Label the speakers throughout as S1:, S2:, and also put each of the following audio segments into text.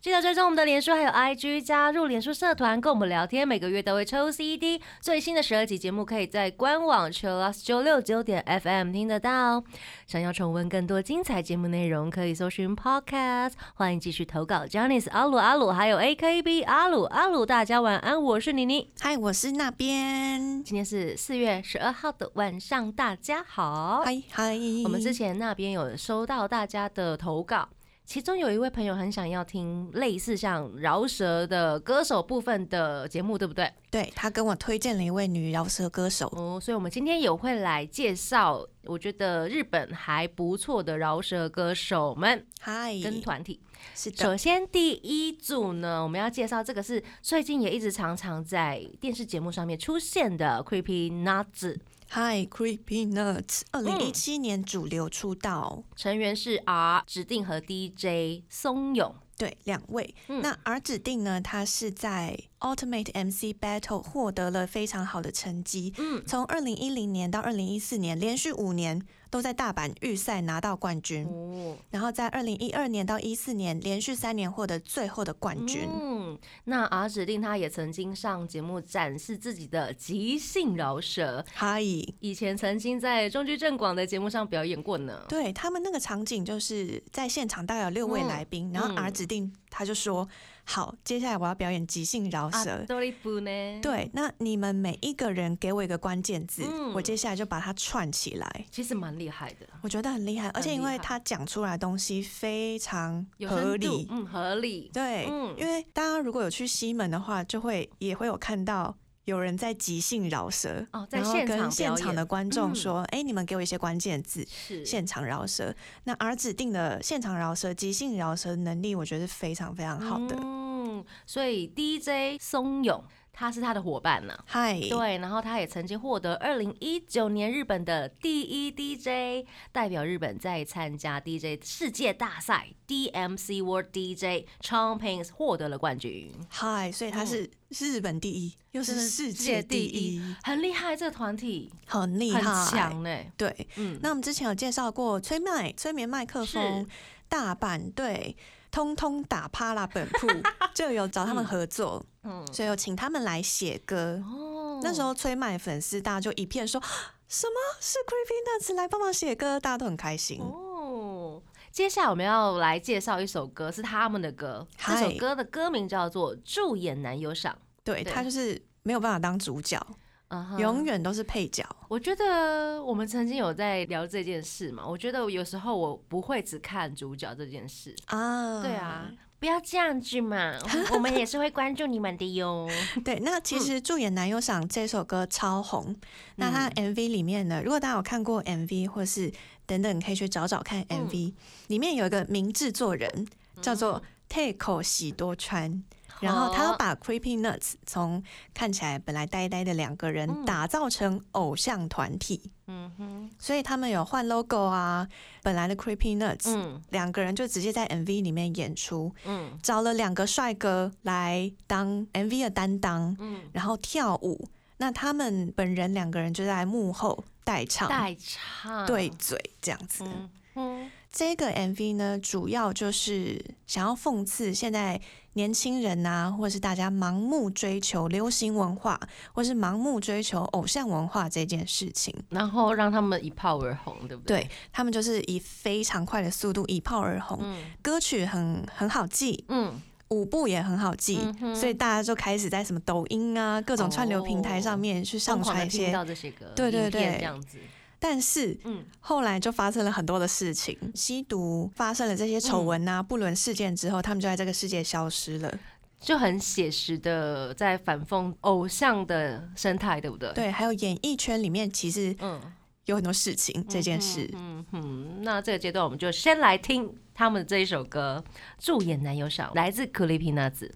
S1: 记得追踪我们的脸书还有 IG，加入脸书社团跟我们聊天，每个月都会抽 CD。最新的十二集节目可以在官网 Chillus 九六九点 FM 听得到。想要重温更多精彩节目内容，可以搜寻 Podcast。欢迎继续投稿 j a n i c e 阿鲁阿鲁，还有 AKB 阿鲁阿鲁，大家晚安，我是妮妮。
S2: 嗨，我是那边。
S1: 今天是四月十二号的晚上，大家好。
S2: 嗨嗨，
S1: 我们之前那边有收到大家的投稿，其中有一位朋友很想要听类似像饶舌的歌手部分的节目，对不对？
S2: 对他跟我推荐了一位女饶舌歌手，
S1: 哦，所以我们今天也会来介绍，我觉得日本还不错的饶舌歌手们
S2: 嗨，
S1: 跟团体。
S2: 是的，
S1: 首先第一组呢，我们要介绍这个是最近也一直常常在电视节目上面出现的 Creepy Nuts。
S2: 嗨，Creepy Nuts，二
S1: 嗯
S2: 零一七年主流出道，
S1: 成员是 R 指定和 DJ 松永，
S2: 对，两位。
S1: 嗯
S2: 那 R 指定呢，他是在 Ultimate MC Battle 获得了非常好的成绩，
S1: 嗯，
S2: 从二零一零年到二零一四年，连续五年都在大阪预赛拿到冠军。
S1: 哦，
S2: 然后在二零一二年到一四年，连续三年获得最后的冠军。
S1: 嗯，那 R 指定他也曾经上节目展示自己的即兴饶舌，
S2: 嗨、
S1: 以前曾经在中居正广的节目上表演过呢。
S2: 对他们那个场景，就是在现场大概有六位
S1: 嗯
S2: 来宾，然后
S1: 嗯
S2: R 指定他就说：“好，接下来我要表演即兴饶
S1: 啊，
S2: 舌。
S1: 多利布呢？，
S2: 对，那你们每一个人给我一个关键字，
S1: 嗯
S2: 我接下来就把它串起来。
S1: 其实蛮厉害的，
S2: 我觉得很厉害，而且因
S1: 厉
S2: 为
S1: 害
S2: 他讲出来的东西非常
S1: 有深度
S2: 合理，
S1: 嗯，合理，
S2: 对，
S1: 嗯
S2: 因为大家如果有去西门的话，就会也会有看到有人在即兴饶舌，
S1: 哦在
S2: 然后
S1: 现场
S2: 跟现
S1: 表
S2: 场
S1: 演
S2: 的观众
S1: 嗯
S2: 说：“哎、你们给我一些关键字。”
S1: 是
S2: 现场饶舌。那 R 指定的现场饶舌、即兴饶舌能力，我觉得是非常非常好的。
S1: 嗯，所以 DJ 松永他是他的伙伴呢、
S2: 嗨、
S1: 对，然后他也曾经获得二零一九年日本的第一 DJ，代表日本在参加 DJ 世界大赛 DMC World DJ Champions 获得了冠军，
S2: 嗨，所以他是日本第一，又
S1: 嗯真
S2: 是
S1: 的
S2: 世界第一，
S1: 很厉害，这个团体
S2: 很厉
S1: 很
S2: 害。
S1: 强呢、
S2: 对，
S1: 嗯，
S2: 那我们之前有介绍过催麦、催眠麦克风
S1: 是、
S2: 大阪队，通通打趴啦本 铺，就有找他们合作，
S1: 嗯
S2: 所以有请他们来写歌。
S1: 哦
S2: 那时候催麦粉丝大家就一片说 什么是 Creepy Nuts 来帮忙写歌，大家都很开心。
S1: 哦。接下来我们要来介绍一首歌，是他们的歌。这首
S2: 嗨
S1: 歌的歌名叫做《驻眼男友赏》
S2: 对
S1: 对
S2: 他就是没有办法当主角，
S1: 嗯哼，
S2: 永远都是配角。
S1: 我觉得我们曾经有在聊这件事嘛，我觉得有时候我不会只看主角这件事。
S2: 啊
S1: 对啊，，不要这样子嘛， 我们也是会关注你们的哟。
S2: 对。那其
S1: 嗯
S2: 实《助演男友赏》这首歌超红，那他 MV 里面呢，如果大家有看过 MV 或是等等，可以去找找看
S1: 嗯
S2: MV，、里面有一个名制作人叫做
S1: 嗯
S2: Takeo 喜多川，
S1: 哦
S2: 然后他要把 Creepy Nuts 从看起来本来呆呆的两个人
S1: 嗯
S2: 打造成偶像团体，
S1: 嗯哼，
S2: 所以他们有换 logo 啊，本来的 Creepy Nuts。
S1: 嗯
S2: 两个人就直接在 MV 里面演出，
S1: 嗯
S2: 找了两个帅哥来当 MV 的担当，
S1: 嗯，
S2: 然后跳舞。那他们本人两个人就在幕后代唱、
S1: 代唱
S2: 对，嘴这样子。
S1: 嗯嗯
S2: 这个 MV 呢，主要就是想要讽刺现在年轻人啊，或是大家盲目追求流行文化，或是盲目追求偶像文化这件事情。
S1: 然后让他们一炮而红，对不对？
S2: 对他们就是以非常快的速度一炮而红，
S1: 嗯
S2: 歌曲很很好记，
S1: 嗯，
S2: 舞步也很好记，
S1: 嗯哼
S2: 所以大家就开始在什么抖音啊、各种串流平台上面去上
S1: 疯狂
S2: 传
S1: 地
S2: 一
S1: 听
S2: 些。
S1: 到这些歌，
S2: 对对
S1: 影片
S2: 对
S1: 这样子，
S2: 但是
S1: 嗯
S2: 后来就发生了很多的事情，吸毒发生了这些丑闻啊、不伦事件之后，他们就在这个世界消失了。
S1: 就很写实的在反讽偶像的生态，对不对？，
S2: 对，还有演艺圈里面其实
S1: 嗯。
S2: 有很多事情这件事。
S1: 嗯哼，那这个阶段我们就先来听他们这一首歌《驻眼男友赏》，来自 c 丽 l 娜子。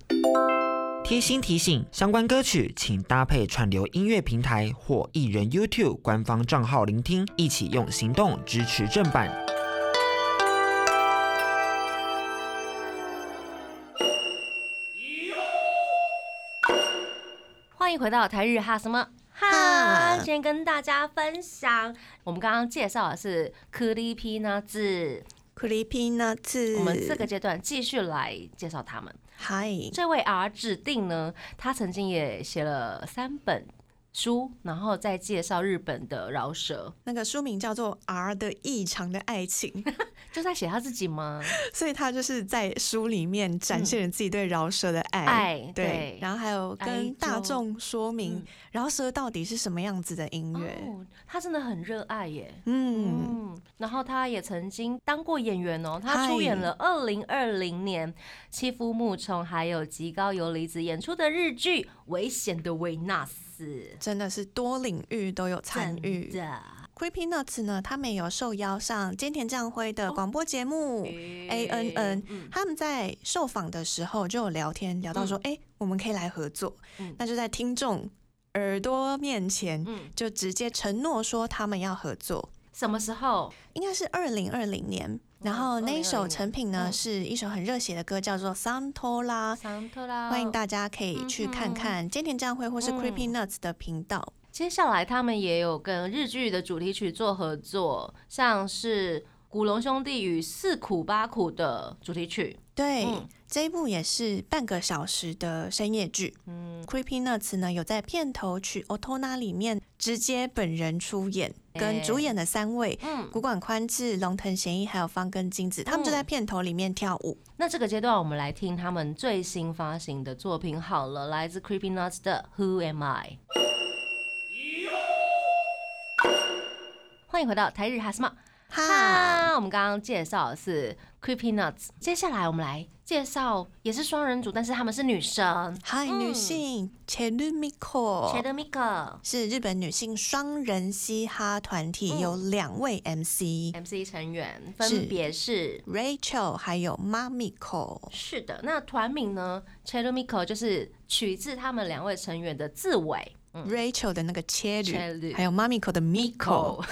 S3: 贴心提醒：相关歌曲请搭配串流音乐平台或艺人 YouTube 官方账号聆听，一起用行动支持正版。
S1: 欢迎回到台日哈什么哈，今天跟大家分享，我们刚刚介绍的是克里皮纳字，
S2: Creepy 呢？字
S1: 我们这个阶段继续来介绍他们。
S2: 嗨，
S1: 这位 R 指定呢，他曾经也写了三本书，然后再介绍日本的饶舌，
S2: 那个书名叫做《R 的异常的爱情》，
S1: 就在写他自己吗？
S2: 所以他就是在书里面展现了自己对饶舌的爱。
S1: 嗯爱对
S2: 对，然后还有
S1: 哀
S2: 跟
S1: 愁
S2: 大众说明
S1: 嗯
S2: 饶舌到底是什么样子的音乐。
S1: 哦，他真的很热爱耶。
S2: 嗯，
S1: 嗯，然后他也曾经当过演员哦，他出
S2: 嗨
S1: 演了二零二零年七夫木虫还有极高游离子演出的日剧《危险的维纳斯》，
S2: 真的是多领域都有 参与。
S1: 真的。
S2: Creepy Nuts 呢，他们也有受邀上菅田将晖
S1: 哦
S2: 的广播节目。A N N，、
S1: 嗯
S2: 他们在受访的时候就有聊天，聊到说，哎、我们可以来合作，
S1: 嗯
S2: 那就在听众耳朵面前
S1: 嗯，
S2: 就直接承诺说他们要合作，
S1: 什么时候？
S2: 应该是二零二零年。然
S1: 2020
S2: 后那一
S1: 年
S2: 首成品呢，
S1: 嗯
S2: 是一首很热血的歌，叫做《Santo 啦》，
S1: 桑特拉，
S2: 啊欢迎大家可以去看看菅田将晖或是
S1: 哦嗯
S2: Creepy Nuts 的频道。
S1: 接下来他们也有跟日剧的主题曲做合作，像是古龙兄弟与四苦八苦的主题曲。
S2: 对，
S1: 嗯
S2: 这一部也是半个小时的深夜剧。
S1: 嗯，
S2: Creepy Nuts 呢有在片头曲《Otona》里面直接本人出演，
S1: 哎
S2: 跟主演的三位
S1: 嗯
S2: 古管宽志、龙腾贤一还有方根金子，他们就在片头里面跳舞。
S1: 那这个阶段我们来听他们最新发行的作品好了，来自 Creepy Nuts 的《Who Am I》。欢迎回到台日哈什么
S2: 哈，
S1: 哈，我们刚刚介绍的是 Creepy Nuts，接下来我们来介绍也是双人组，但是他们是女生
S2: 嗨，女
S1: 嗯
S2: 性 Cheru
S1: ，Chad
S2: Miko
S1: Miko
S2: 是日本女性双人嘻哈团
S1: 嗯
S2: 体，有两位 MC。
S1: MC 成员，
S2: 是
S1: 分别是
S2: Rachel 还有 Mamiko，
S1: 是的，那团名呢 c h e r u Miko 就是取自他们两位成员的字尾。
S2: Rachel 的那个 Cherry，
S1: Cherry
S2: 还有 Mamiko 的 Miko，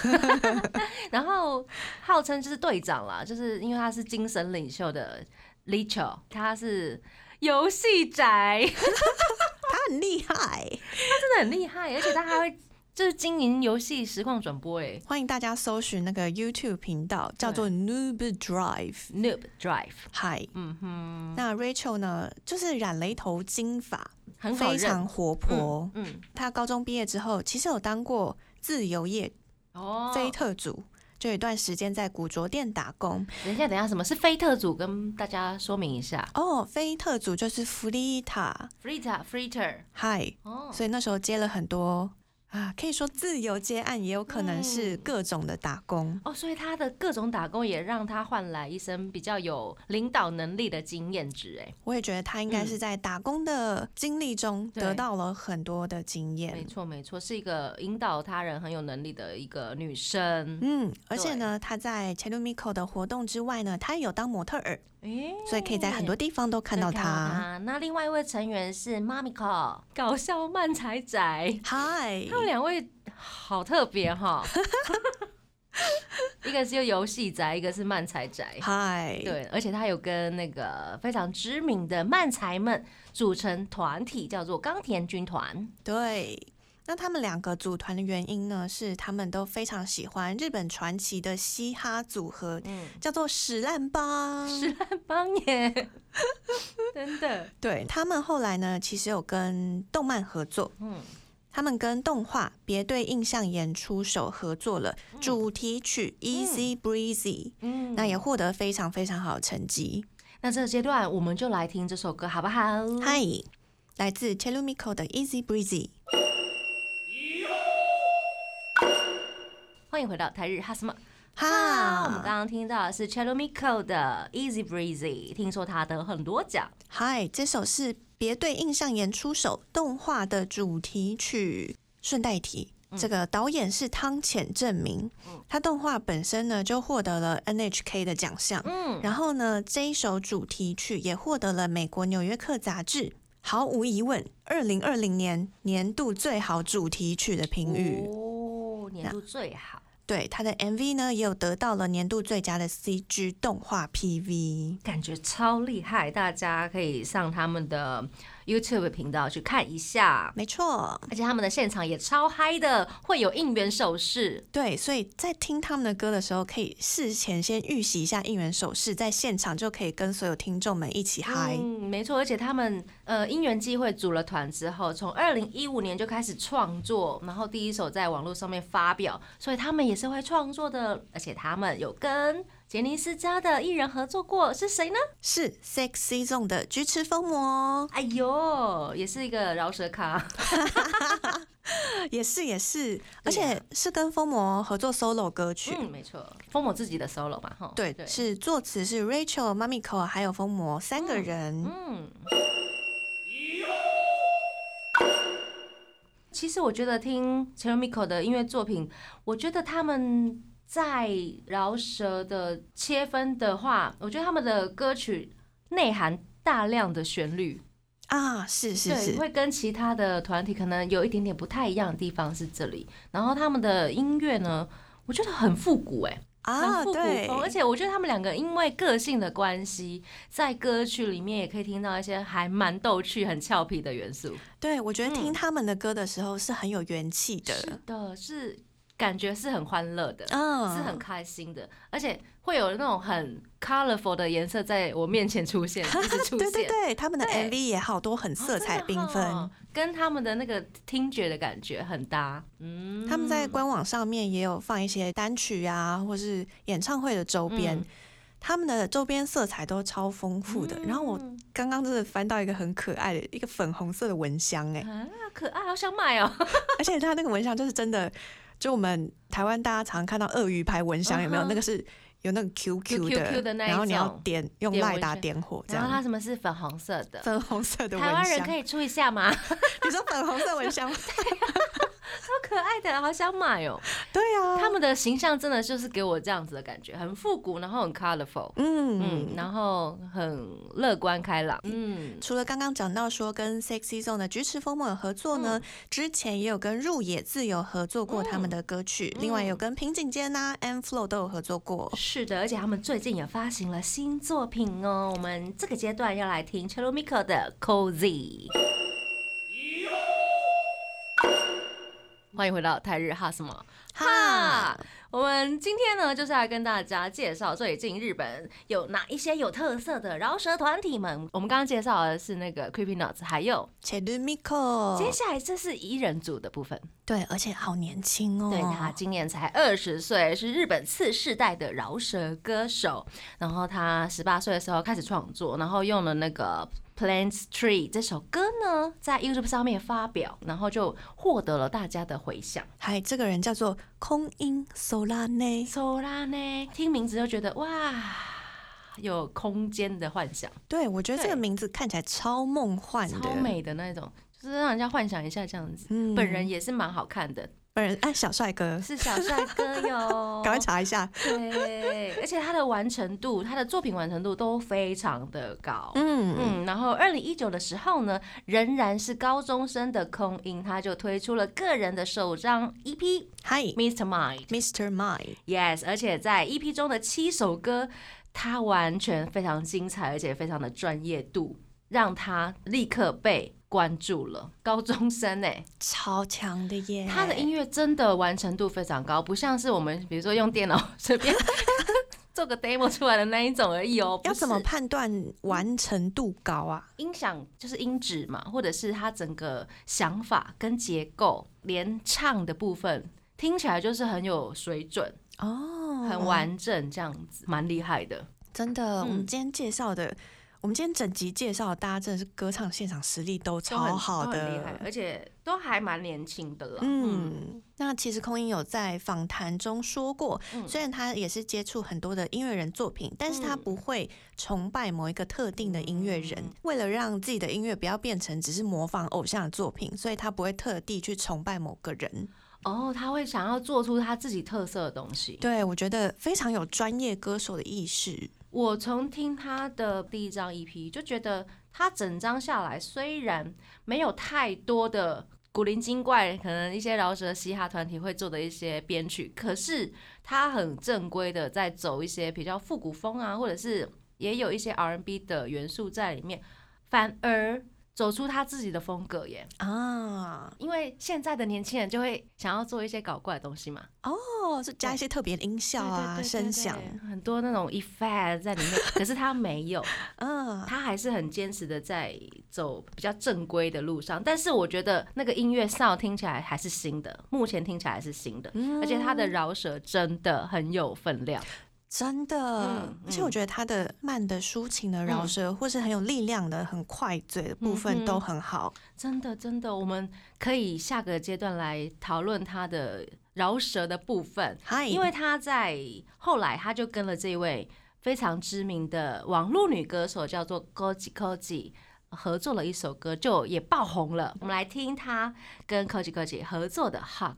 S1: 然后号称就是队长啦，就是因为他是精神领袖的 l i c h o 他是游戏宅，
S2: 她很厉害。
S1: 真的很厉害，而且他还会就是经营游戏实况转播诶
S2: 欢迎大家搜寻那个 YouTube 频道，叫做 Noob Drive。
S1: ，Noob Drive，
S2: 嗨，
S1: 嗯哼，
S2: 那 Rachel 呢，就是染了一头金发，
S1: 很好
S2: 非
S1: 认，
S2: 常活泼。
S1: 嗯，
S2: 她高中毕业之后，其实有当过自由业
S1: 哦，
S2: 非特族，就有一段时间在古着店打工。
S1: 等一下，等一下，什么是非特组？跟大家说明一下
S2: 哦，非特族就是弗利塔。
S1: ，Frita，Friter，
S2: 嗨，
S1: 哦，
S2: 所以那时候接了很多啊，可以说自由接案，也有可能是
S1: 嗯
S2: 各种的打工。
S1: 哦，所以他的各种打工也让他换来一身比较有领导能力的经验值，哎，
S2: 我也觉得她应该是在打工的经历中
S1: 对
S2: 得到了很多的经验。
S1: 没错没错，是一个引导他人很有能力的一个女生。
S2: 嗯，而且呢，他在 c h e l u m i k o 的活动之外呢，他也有当模特儿，
S1: 诶、
S2: 所以可以在很
S1: 哦
S2: 多地方都看到他。
S1: 他。那另外一位成员是 Mamiko，搞笑漫才仔。
S2: 嗨
S1: 他，们两位好特别哈， 一个是游戏宅，一个是漫才宅。
S2: 嗨，
S1: 对，而且他有跟那个非常知名的漫才们组成团体，叫做钢田军团。
S2: 对。那他们两个组团的原因呢，是他们都非常喜欢日本传奇的嘻哈组合，
S1: 嗯，
S2: 叫做史烂帮。
S1: 很棒耶， 真的。
S2: 对他们后来呢，其实有跟动漫合作，
S1: 嗯，
S2: 他们跟动画《别对印象演出手》合作了主题曲《Easy Breezy》，
S1: 嗯
S2: 那也获得非常非常好的成绩。
S1: 那这个阶段我们就来听这首歌，好不好？
S2: 嗨，来自 Chelumiko 的 Easy Breezy。
S1: 欢迎回到台日哈什么哈。我们刚
S2: 哈，
S1: 刚听到的是 Chelomiko 的 Easy Breezy，听说他得很多奖。
S2: 嗨，这首是《别对印象岩出手》动画的主题曲。顺带一提，
S1: 嗯
S2: 这个导演是汤浅正明，他动画本身呢就获得了 NHK 的奖项，
S1: 嗯，
S2: 然后呢这一首主题曲也获得了美国《纽约客》杂志。毫无疑问，二零二零年年度最好主题曲的评语。
S1: 哦，年度最好。
S2: 对，他的 MV 呢也有得到了年度最佳的 CG 动画 PV。
S1: 感觉超厉害，大家可以上他们的 YouTube 频道去看一下。
S2: 没错，
S1: 而且他们的现场也超嗨的，会有应援手势。
S2: 对，所以在听他们的歌的时候，可以事前先预习一下应援手势，在现场就可以跟所有听众们一起嗨、
S1: 嗯，没错，而且他们呃因缘际会组了团之后，从二零一五年就开始创作，然后第一首在网络上面发表，所以他们也是会创作的，而且他们有跟杰尼斯家的艺人合作过，是谁呢？
S2: 是 Sexy Zone 的菊池风磨哦，
S1: 哎呦，也是一个饶舌咖，
S2: 也是也是，哦而
S1: 对啊
S2: 且是跟风魔合作 solo 歌曲。
S1: 嗯，没错，封某自己的 solo 嘛，哈，
S2: 对，是作词是 Rachel、Mamiko 还有疯魔三个人。
S1: 嗯。其实我觉得听 c h e r m i c o 的音乐作品，我觉得他们在饶舌的切分的话，我觉得他们的歌曲内含大量的旋律，
S2: 啊，是是
S1: 对，
S2: 是，
S1: 会跟其他的团体可能有一点点不太一样的地方是这里。然后他们的音乐呢，我觉得很复古、哎。
S2: 啊，
S1: 很复古
S2: 对，
S1: 风，而且我觉得他们两个因为个性的关系，在歌曲里面也可以听到一些还蛮逗趣、很俏皮的元素。
S2: 对我觉得
S1: 嗯
S2: 听他们的歌的时候是很有元气
S1: 是
S2: 的，
S1: 的，是感觉是很欢乐的，
S2: 嗯，
S1: 是很开心的，而且会有那种很 colorful 的颜色在我面前出现，一 直出
S2: 对
S1: 现。
S2: 对对，他们的
S1: 对
S2: MV 也好多很
S1: 哦
S2: 色彩
S1: 真的
S2: 缤纷，
S1: 哦跟他们的那个听觉的感觉很搭。嗯，
S2: 他们在官网上面也有放一些单曲啊，或是演唱会的周边。
S1: 嗯
S2: 他们的周边色彩都超丰富的，然后我
S1: 嗯
S2: 刚刚真的翻到一个很可爱的一个粉红色的蚊香、哎，
S1: 啊，可爱，好想买哦。
S2: 而且它那个蚊香就是真的，就我们台湾大家常看到鳄鱼牌蚊香有没有？
S1: 嗯哼
S2: 那个是有那个 QQ 的，
S1: QQ 的那一
S2: 然后你要
S1: 种
S2: 点用
S1: 点
S2: 赖
S1: 蚊
S2: 达
S1: 香
S2: 点火这
S1: 然后它
S2: 样，
S1: 什么是粉红色的？
S2: 粉红色的蚊
S1: 台湾人
S2: 香
S1: 可。以出一下吗？
S2: 你说粉红色蚊香？
S1: 可爱的，好想买哦！
S2: 对啊，
S1: 他们的形象真的就是给我这样子的感觉，很复古，然后很 colorful，嗯，
S2: 嗯。
S1: 然后很乐观开朗，嗯，
S2: 除了刚刚讲到说跟 Sexy Zone 的菊池风磨有合作呢，
S1: 嗯
S2: 之前也有跟入野自由合作过他们的歌曲，
S1: 嗯
S2: 另外有跟平井坚呐、啊、M Flow 都有合作过。
S1: 是的，而且他们最近也发行了新作品哦。我们这个阶段要来听 c h e l o Miko 的 Cozy。欢迎回到台日哈什么哈
S2: 哈？
S1: 啊我们今天呢，就是来跟大家介绍最近日本有哪一些有特色的饶舌团体们。我们刚刚介绍的是那个 Creepy Nuts，还有
S2: c h e l
S1: 接
S2: u Miko，
S1: 下来这是一人组的部分，
S2: 对，而且好年轻哦。
S1: 对他今年才二十岁，是日本次世代的饶舌歌手。然后他十八岁的时候开始创作，然后用了那个。Plants Tree 这首歌呢，在 YouTube 上面发表，然后就获得了大家的回响。
S2: 还这个人叫做空音 Sola Ne，
S1: 索拉呢，听名字就觉得哇，有空间的幻想，
S2: 对我觉得这个
S1: 对
S2: 名字看起来超梦幻的，
S1: 超。美的那种，就是让人家幻想一下这样子。
S2: 嗯
S1: 本人也是蛮好看的，
S2: 本人哎，小帅哥，
S1: 是哦小帅哥哟。
S2: 赶快查一下。
S1: 对，而且他的完成度，他的作品完成度都非常的高。
S2: 嗯
S1: 嗯，然后二零一九的时候呢，仍然是高中生的空音，他就推出了个人的首张 EP
S2: 嗨
S1: 《Mr. Mind
S2: ，Mr. Mine，》
S1: ，Yes，而且在 EP 中的七首歌，他完全非常精彩，而且非常的专业度，让他立刻被关注了。高中生哎、
S2: 超强的耶！
S1: 他的音乐真的完成度非常高，不像是我们比如说用电脑 随便做个 demo 出来的那一种而已哦。
S2: 要
S1: 不是嗯
S2: 怎么判断完成度高啊？
S1: 音响就是音质嘛，或者是他整个想法跟结构，连唱的部分听起来就是很有水准、
S2: 哦，
S1: 很完整这样子，蛮厉害的。
S2: 真的。我
S1: 嗯
S2: 们今天介绍的，我们今天整集介绍的，大家真的是歌唱现场实力都
S1: 都很
S2: 超好
S1: 都很厉害，
S2: 的。
S1: 而且都还蛮年轻的了。嗯，
S2: 嗯，那其实空音有在访谈中说过，
S1: 嗯
S2: 虽然他也是接触很多的音乐人作品，但是他
S1: 嗯
S2: 不会崇拜某一个特定的音乐人。为了让自己的音乐不要变成只是模仿偶像的作品，所以他不会特地去崇拜某个人。
S1: 哦，他会想要做出他自己特色的东西。
S2: 对我觉得非常有专业歌手的意识。
S1: 我从听他的第一张 EP 就觉得，他整张下来虽然没有太多的古灵精怪，可能一些饶舌嘻哈团体会做的一些编曲，可是他很正规的在走一些比较复古风啊，或者是也有一些 R&B 的元素在里面，反而走出他自己的风格耶。
S2: 啊，
S1: 因为现在的年轻人就会想要做一些搞怪的东西嘛，
S2: 哦，就加一些特别的音效
S1: 对
S2: 啊、
S1: 对对对
S2: 声
S1: 对
S2: 响，
S1: 很多那种 effect 在里面，可是他没有，
S2: 嗯，
S1: 他还是很坚持的在走比较正规的路上。但是我觉得那个音乐哨听起来还是新的，目前听起来还是新的，而且他的饶舌真的很有分量。
S2: 真的，
S1: 嗯
S2: 而且我
S1: 嗯
S2: 觉得他的慢的、抒情的、饶
S1: 嗯
S2: 舌，或是很有力量的、很快嘴的部
S1: 嗯
S2: 分
S1: 哼
S2: 都很好。
S1: 真的，真的，我们可以下个阶段来讨论他的饶舌的部分，
S2: 嗨，
S1: 因为他在后来他就跟了这一位非常知名的网络女歌手叫做 Koji Koji 合作了一首歌，就也爆红了。我们来听他跟 Koji Koji 合作的《Hug》。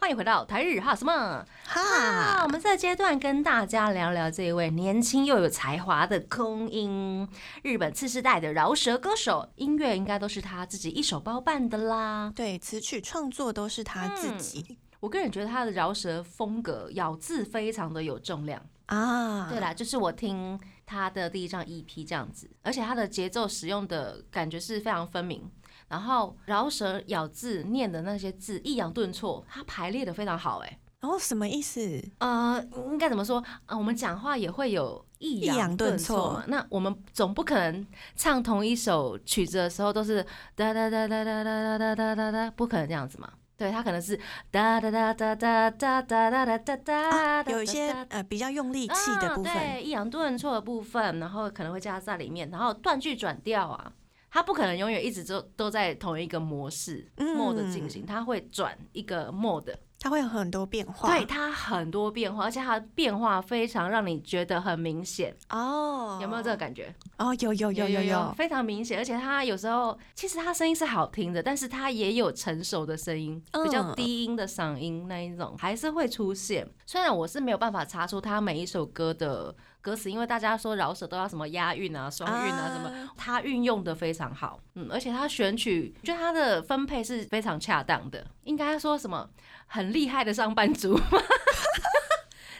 S1: 欢迎回到台日哈什么？
S2: 哈
S1: 啊，我们这阶段跟大家聊聊这一位年轻又有才华的空音日本次世代的饶舌歌手，音乐应该都是他自己一手包办的啦。
S2: 对，词曲创作都是他自
S1: 嗯
S2: 己、
S1: 我个人觉得他的饶舌风格咬字非常的有重量。
S2: 啊。
S1: 对，啦，就是我听他的第一张 EP 这样子，而且他的节奏使用的感觉是非常分明，然后饶舌咬字念的那些字抑扬顿挫，他排列的非常好、欸，哎。
S2: 然后什么意思？
S1: 呃，应该怎么说？呃，我们讲话也会有抑扬顿挫嘛。那我们总不可能唱同一首曲子的时候都是哒哒哒哒哒哒哒哒哒哒哒，不可能这样子嘛。对他可能是哒哒哒哒哒哒哒哒哒哒哒
S2: 啊，，有一些呃比较用力气的部分，
S1: 啊对抑扬顿挫的部分，然后可能会加在里面，然后断句转调啊，它不可能永远一直都都在同一个模式
S2: 嗯
S1: mode 进行，它会转一个 mode，
S2: 它会有很多变化。
S1: 对，它很多变化，而且它的变化非常让你觉得很明显，
S2: 哦，
S1: 有没有这个？感觉？
S2: 哦，有有有有有，
S1: 非常明显，而且它有时候其实它声音是好听的，但是它也有成熟的声音，
S2: 嗯
S1: 比较低音的嗓音那一种还是会出现。虽然我是没有办法查出它每一首歌的歌词，因为大家说饶舌都要什么押韵啊、双韵啊
S2: 啊
S1: 什么，它运用的非常好，嗯，而且它选曲，我觉得它的分配是非常恰当的，应该说什么很厉害的上班族。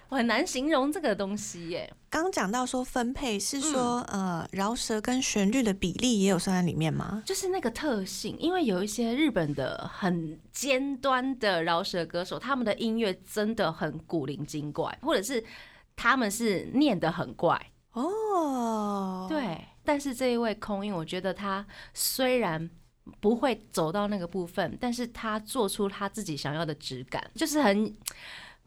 S1: 我很难形容这个东西耶，
S2: 刚刚讲到说分配
S1: 嗯
S2: 是说、呃饶舌跟旋律的比例也有算在里面吗？
S1: 就是那个特性，因为有一些日本的很尖端的饶舌歌手，他们的音乐真的很古灵精怪，或者是他们是念得很怪，
S2: 哦，，
S1: 对。但是这一位空音，我觉得他虽然不会走到那个部分，但是他做出他自己想要的质感，就是很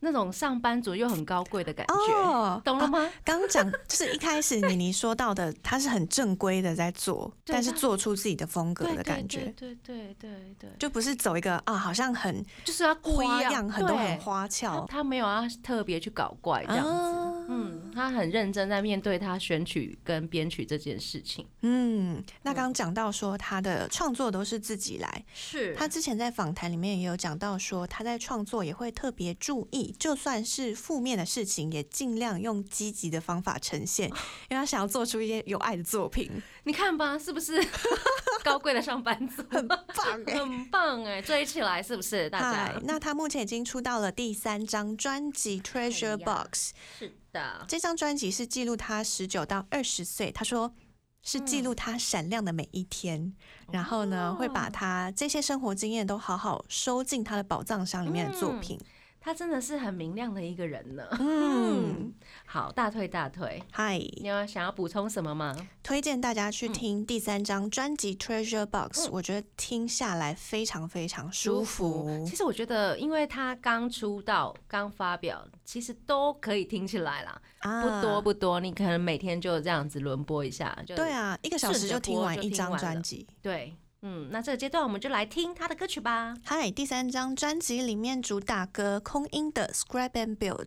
S1: 那种上班族又很高贵的感觉，
S2: 哦，
S1: 懂了
S2: 啊
S1: 吗？
S2: 刚刚讲就是一开始妮妮说到的，她是很正规的在做，
S1: 对
S2: 但是
S1: 她
S2: 做出自己的风格
S1: 对
S2: 的
S1: 对
S2: 感觉，
S1: 对对对对，
S2: 就不是走一个啊，好像很
S1: 就是要
S2: 花
S1: 不一
S2: 样，很多很
S1: 对嗯
S2: 花
S1: 他
S2: 俏
S1: 他没有要特别去搞怪这样子。
S2: 啊
S1: 嗯，他很认真在面对他选曲跟编曲这件事情。
S2: 嗯，那刚刚讲到说她的创作都是自己来，
S1: 是
S2: 她之前在访谈里面也有讲到说，她在创作也会特别注意，就算是负面的事情，也尽量用积极的方法 呈现，因为她想要做出一些有爱的作品，
S1: 你看吧，是不 是高贵的上班族？
S2: 很 棒哎、
S1: 很棒哎、追起来是不是大
S2: 嗨
S1: 家？，
S2: 啊那她目前已经出到了第三张专辑《Treasure
S1: 哎呀
S2: Box》，
S1: 是的，
S2: 这张专辑是记录他十九到二十岁，他说是记
S1: 嗯
S2: 录他闪亮的每一天，然后呢会
S1: 哦
S2: 把他这些生活经验都好好收进他的宝藏箱里面
S1: 嗯
S2: 的作品。
S1: 他真的是很明亮的一个人呢。
S2: 嗯，
S1: 好，大腿大腿，
S2: 嗨、
S1: 你有想要补充什么吗？
S2: 推荐大家去听第三张专辑《Treasure Box
S1: 嗯》，
S2: 我觉得听下来非常非常舒服
S1: 其。实我觉得，因为他刚出道、刚发表，其实都可以听起来啦，
S2: 啊
S1: 不多不多。你可能每天就这样子轮播一下，就
S2: 对啊，一个小时
S1: 顺着
S2: 就听
S1: 播
S2: 完
S1: 就
S2: 一
S1: 听
S2: 张
S1: 完了
S2: 专辑。
S1: 对，嗯，那这个阶段我们就来听他的歌曲吧。
S2: 嗨，第三张专辑里面主打歌空音的《Scrap and Build》。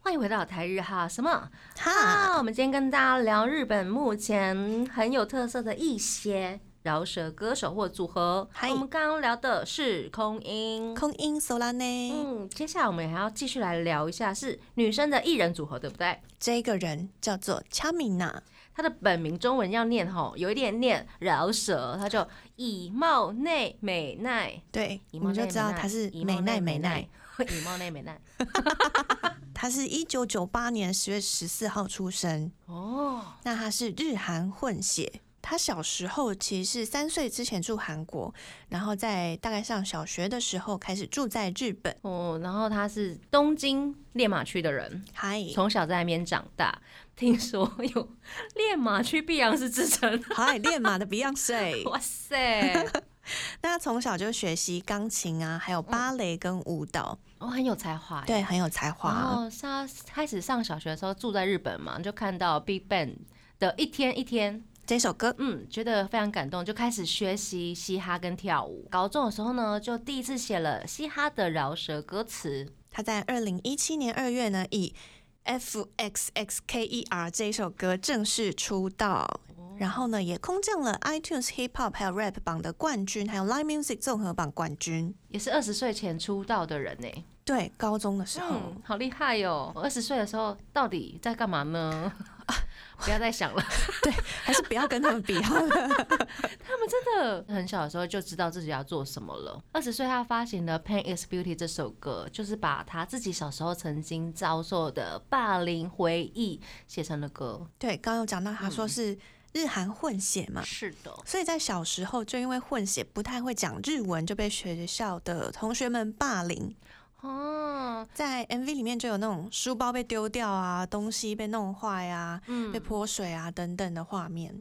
S1: 欢迎回到台日哈什么？
S2: 哈，
S1: 啊，我们今天跟大家聊日本目前很有特色的一些饶舌歌手或组合。
S2: 嗨
S1: 我们刚刚聊的是空音，
S2: 空音 Solane。
S1: 嗯，接下来我们还要继续来聊一下是女生的艺人组合，对不对？
S2: 这个人叫做 Chamina，
S1: 她的本名中文要念吼，有一点念饶舌，她就以貌内美奈。
S2: 对，
S1: 以
S2: 你
S1: 貌
S2: 们就
S1: 内
S2: 知道
S1: 奈
S2: 她是
S1: 以
S2: 美
S1: 貌内
S2: 奈美奈。，
S1: 以貌内美奈。
S2: 他是一九九八年十月十四号出生，
S1: 哦，
S2: 那他是日韩混血。他小时候其实是三岁之前住韩国，然后在大概上小学的时候开始住在日本。
S1: 哦，然后他是东京练马区的人，
S2: 嗨，
S1: 从小在那边长大。听说有练马区碧昂斯之称，
S2: 嗨，练马的 Beyonce。
S1: 哇塞，
S2: 那他从小就学习钢琴啊，还有芭蕾跟舞蹈，
S1: 哦，很有才哦华耶。
S2: 对，很有才
S1: 然
S2: 华。
S1: 后他开始上小学的时候住在日本嘛，就看到 Big Bang 的一天一天，
S2: 这首歌
S1: 嗯，觉得非常感动，就开始学习嘻哈跟跳舞。高中的时候呢，就第一次写了嘻哈的饶舌歌词。
S2: 他在二零一七年二月呢，以 F X X K E R 这一首歌正式出道，然后呢，也空降了 iTunes Hip Hop 还有 Rap 榜的冠军，还有 Live Music 综合榜冠军。
S1: 也是二十岁前出道的人呢、
S2: 对，高中的时候，
S1: 嗯，好厉害哟、我二十岁的时候到底在干嘛呢？ 不要再想了，
S2: 对， 还是不要跟他们比好 了。
S1: 他们真的很小的时候就知道自己要做什么了。二十岁，他发行的《Pain Is Beauty》这首歌，就是把他自己小时候曾经遭受的霸凌回忆写成了歌。
S2: 对，刚刚有讲到他说是日韩混血嘛，
S1: 是的，
S2: 所以在小时候就因为混血不太会讲日文，就被学校的同学们霸凌。
S1: 哦，
S2: 在 MV 里面就有那种书包被丢掉啊，东西被弄坏啊，
S1: 嗯
S2: 被泼水啊等等的画面，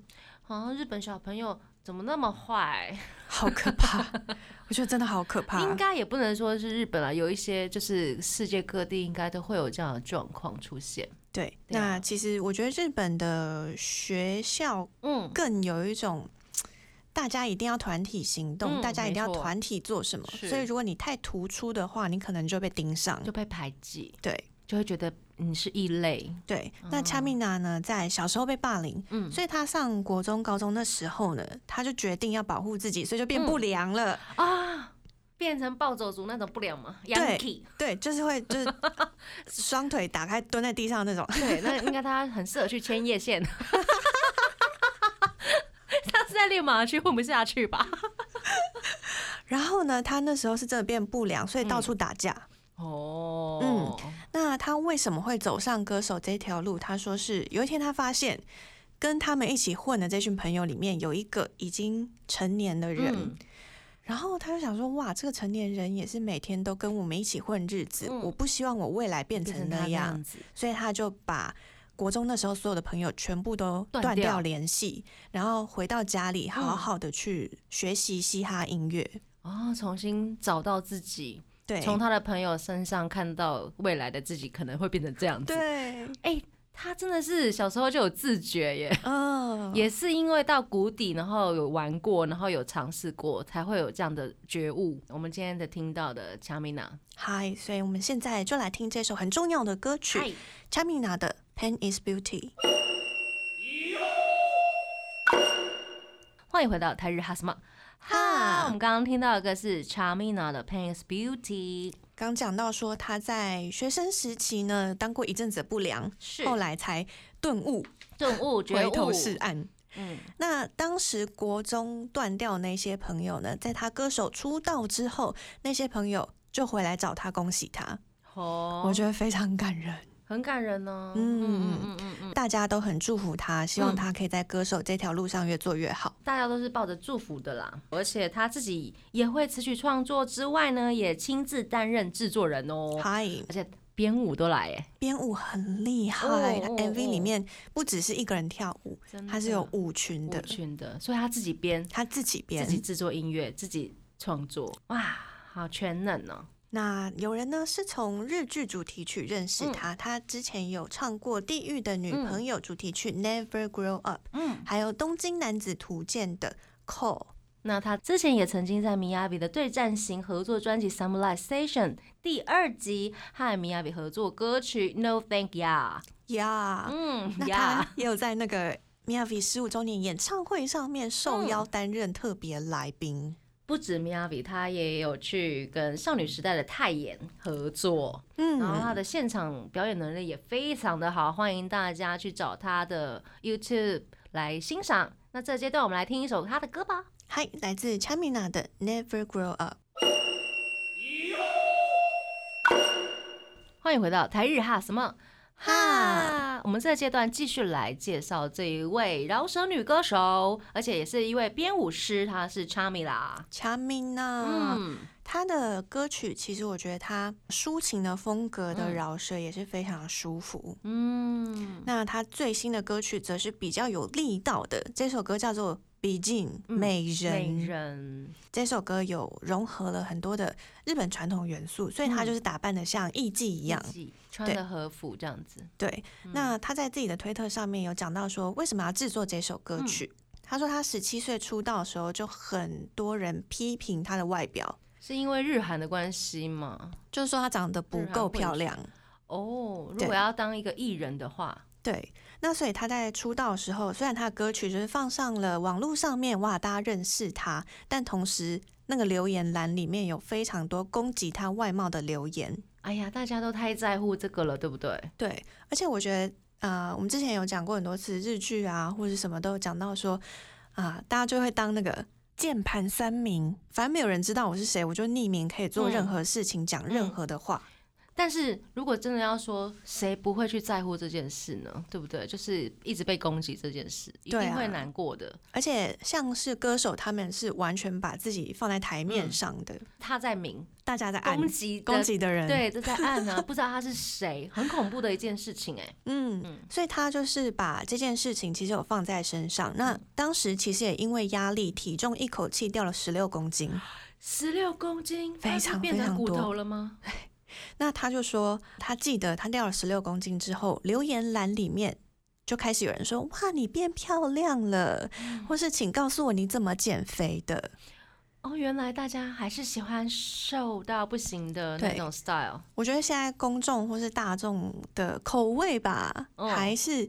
S1: 啊，日本小朋友怎么那么坏？
S2: 好可怕！ 我觉得真的好可怕。
S1: 应该也不能说是日本啦，有一些就是世界各地应该都会有这样的状况出现。
S2: 对，
S1: 对啊
S2: 那其实我觉得日本的学校
S1: 嗯，
S2: 更有一种。大家一定要团体行
S1: 嗯
S2: 动，大家一定要
S1: 没错
S2: 团体做什么。
S1: 是
S2: 所以，如果你太突出的话，你可能就被盯上。
S1: 就被排挤，
S2: 对
S1: 就会觉得你是异类。
S2: 对。那 Chamina 呢，在小时候被霸凌，
S1: 嗯，
S2: 所以他上国中、高中的时候呢，他就决定要保护自己，所以就
S1: 嗯
S2: 变不良了。
S1: 啊，变成暴走族那种不良嘛
S2: 对
S1: ，Yankee。
S2: 对，就是会就是双腿打开蹲在地上那 种。
S1: 对，那应该他很适合去牵叶线。 他是在练马区混不下去吧？
S2: 然后呢，他那时候是真的变不良，
S1: 嗯
S2: 所以到处打架。
S1: 哦，嗯，
S2: 那他为什么会走上歌手这条路？他说是有一天他发现，跟他们一起混的这群朋友里面有一个已经成年的人。
S1: 嗯
S2: 然后他就想说，哇，这个成年人也是每天都跟我们一起混日子，
S1: 嗯
S2: 我不希望我未来变
S1: 变
S2: 成
S1: 成他
S2: 那
S1: 那
S2: 样
S1: 样，子，
S2: 所以他就把国中那时候所有的朋友全部都
S1: 断
S2: 断掉
S1: 掉
S2: 联系，然后回到家里好
S1: 嗯
S2: 好的去学习嘻哈音乐。
S1: 哦，重新找到自己，
S2: 对，
S1: 从他的朋友身上看到未来的自己可能会变成这样子。
S2: 对，
S1: 他真的是小时候就有自觉耶，
S2: 嗯，
S1: 也是因为到谷底，然后有玩过，然后有尝试过，才会有这样的觉悟。我们今天的听到的 Chamina，
S2: 嗨，所以我们现在就来听这首很重要的歌曲，Chamina 的《Pain Is Beauty》。
S1: 欢迎回到台日哈什么哈。
S2: 哈
S1: 我们刚刚听到一个是 Chamina 的《Pain Is Beauty》，
S2: 刚讲到说他在学生时期呢当过一阵子不良，
S1: 是
S2: 后来才顿悟，
S1: 顿悟觉
S2: 回
S1: 悟，
S2: 头是岸。
S1: 嗯，
S2: 那当时国中断掉那些朋友呢，在他歌手出道之后，那些朋友就回来找他恭喜他，
S1: 哦，
S2: 我觉得非常感人。
S1: 很感人呢、嗯
S2: 嗯
S1: 嗯嗯嗯嗯，
S2: 大家都很祝福他，希
S1: 嗯
S2: 望他可以在歌手这条路上越做越好。
S1: 大家都是抱着祝福的啦，而且他自己也会词曲创作之外呢，也亲自担任制作人哦，
S2: 嗨，
S1: 而且编舞都来哎，
S2: 编舞很厉害、
S1: 哦哦
S2: m
S1: 哦
S2: v 里面不只是一个人跳舞，
S1: 真的
S2: 他是有舞群
S1: 舞
S2: 的，
S1: 群的，所以他自己编，
S2: 他自己
S1: 自
S2: 编。
S1: 己制作音乐，自己创作，哇，好全能哦，
S2: 那有人呢是从日剧主题曲认
S1: 嗯
S2: 识他，他之前有唱过《地狱的女朋友》主题曲《Never Grow Up》，
S1: 嗯。
S2: 还有《东京男子图鉴》的《Call》。
S1: 那他之前也曾经在米亚比的对战型合作专辑《Samurai Station》第二集和米亚比合作歌曲《No Thank Ya》。
S2: 呀、
S1: 嗯
S2: 啊那
S1: 呀
S2: 他，也有在那个 Miyavi 十五周年演唱会上面受
S1: 嗯
S2: 邀担任特别来宾。
S1: 不止米亚比，他也有去跟少女时代的泰妍合作，
S2: 嗯，
S1: 然后他的现场表演能力也非常的好，欢迎大家去找他的 YouTube 来欣赏。那这阶段我们来听一首他的歌吧。
S2: 嗨，来自 Chamina 的《Never Grow Up》。
S1: 欢迎回到台日哈什么哈
S2: 哈？
S1: 我们这个阶段继续来介绍这一位饶舌女歌手，而且也是一位编舞师，她是 Chami 啦。
S2: 查明娜，
S1: 嗯，
S2: 他的歌曲其实我觉得他抒情的风格的饶舌也是非常舒服。
S1: 嗯，
S2: 那他最新的歌曲则是比较有力道的，这首歌叫做《毕竟
S1: 嗯
S2: 美人》
S1: 美人，
S2: 这首歌有融合了很多的日本传统元素，所以他
S1: 嗯
S2: 就是打扮的像艺妓嗯一样。
S1: 自己穿
S2: 对
S1: 的和服这样子，
S2: 对，那他在自己的推特上面有讲到说，为什么要制作这首歌曲？他说他十七岁出道的时候，就很多人批评他的外表，
S1: 是因为日韩的关系吗？
S2: 就是说他长得不够漂亮。
S1: 哦，如
S2: 对
S1: 果要当一个艺人的话，
S2: 对，那所以他在出道的时候，虽然他的歌曲就是放上了网络上面，哇，大家认识他，但同时那个留言栏里面有非常多攻击他外貌的留言。
S1: 哎呀，大家都太在乎这个了，对不对？
S2: 对，而且我觉得，呃，我们之前有讲过很多次日剧啊，或者什么都有讲到说，啊、大家就会当那个键盘三明，反正没有人知道我是谁，我就匿名可以做
S1: 嗯
S2: 任何事情，讲任何的话。
S1: 但是如果真的要说，谁不会去在乎这件事呢？对不对？就是一直被攻击这件事，一
S2: 对
S1: 定
S2: 啊
S1: 会难过的。
S2: 而且像是歌手，他们是完全把自己放在台面
S1: 嗯
S2: 上的，
S1: 他在明
S2: 大家在暗
S1: 攻击的
S2: 攻，击的人，，
S1: 对，这在暗呢、不知道他是谁，很恐怖的一件事情哎、
S2: 嗯，所以他就是把这件事情其实有放在身上。
S1: 嗯
S2: 那当时其实也因为压力，体重一口气掉了十六公斤。
S1: 十六公斤，
S2: 非
S1: 他是
S2: 常
S1: 变
S2: 非
S1: 成
S2: 常
S1: 骨
S2: 多
S1: 头了吗？
S2: 那他就说，他记得他掉了十六公斤之后，留言栏里面就开始有人说：“哇，你变漂亮了，
S1: 嗯
S2: 或是请告诉我你怎么减肥的。
S1: 哦，原来大家还是喜欢瘦到不行的那
S2: 对
S1: 种 style。”
S2: 我觉得现在公众或是大众的口味吧，
S1: 嗯
S2: 还是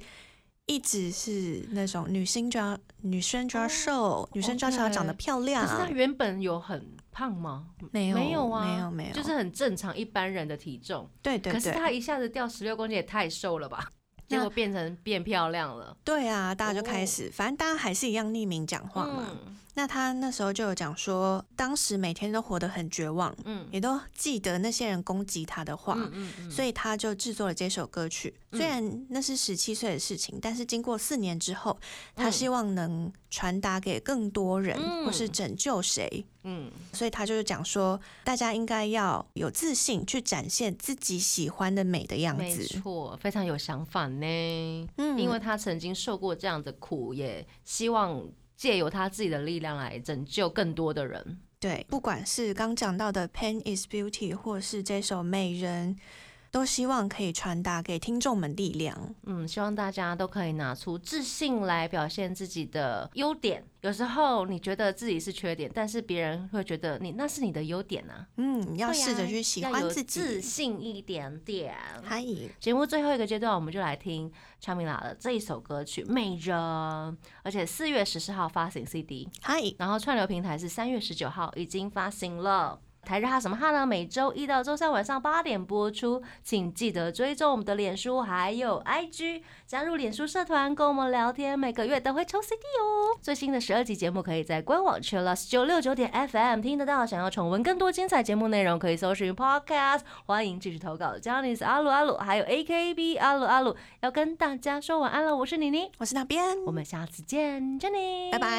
S2: 一直是那种女性就要女生就要瘦，女生就要
S1: 哦 OK
S2: 长得漂亮
S1: 可是。他原本有很胖吗？
S2: 没有
S1: 没有啊，
S2: 没有没有，
S1: 就是很正常一般人的体重。
S2: 对对
S1: 可是
S2: 对，
S1: 他一下子掉十六公斤，也太瘦了吧？结
S2: 那
S1: 果变成变漂亮了。
S2: 对啊，大家就
S1: 哦
S2: 开始，反正大家还是一样匿名讲话嘛。
S1: 嗯
S2: 那他那时候就有讲说，当时每天都活得很绝望，
S1: 嗯
S2: 也都记得那些人攻击他的话，
S1: 嗯嗯嗯，
S2: 所以他就制作了这首歌曲。
S1: 嗯
S2: 虽然那是十七岁的事情，但是经过四年之后，他
S1: 嗯
S2: 希望能传达给更多人，
S1: 嗯
S2: 或是拯救谁。
S1: 嗯
S2: 所以他就是讲说，大家应该要有自信，去展现自己喜欢的美的样
S1: 没
S2: 子。
S1: 错，非常有想法呢。
S2: 嗯
S1: 因为他曾经受过这样的苦，也希望借由他自己的力量来拯救更多的人。
S2: 对，不管是刚讲到的《Pain Is Beauty》，或是这首《美人》，都希望可以传达给听众们力量。
S1: 嗯，希望大家都可以拿出自信来表现自己的优点。有时候你觉得自己是缺点，但是别人会觉得你那是你的优点啊。
S2: 嗯，要
S1: 对啊
S2: 试着去喜
S1: 要有
S2: 欢自
S1: 自
S2: 己。
S1: 信一点点。
S2: 嗨，
S1: 节目最后一个阶段，我们就来听查米拉的这一首歌曲《美人》，而且四月十四号发行 CD，
S2: 嗨，
S1: 然后串流平台是三月十九号已经发行了。台日哈什么哈呢？每周一到周三晚上八点播出，请记得追踪我们的脸书还有 IG，加入脸书社团跟我们聊天，每个月都会抽 CD 哦。最新的十二集节目可以在官网 Chillus 九六九点 FM 听得到。想要重温更多精彩节目内容，可以搜寻 Podcast。欢迎继续投稿 j o n n y s 阿鲁阿鲁，还有 AKB 阿鲁阿鲁，要跟大家说晚安了。我是妮妮，
S2: 我是那边，
S1: 我们下次见，Jenny，
S2: 拜拜。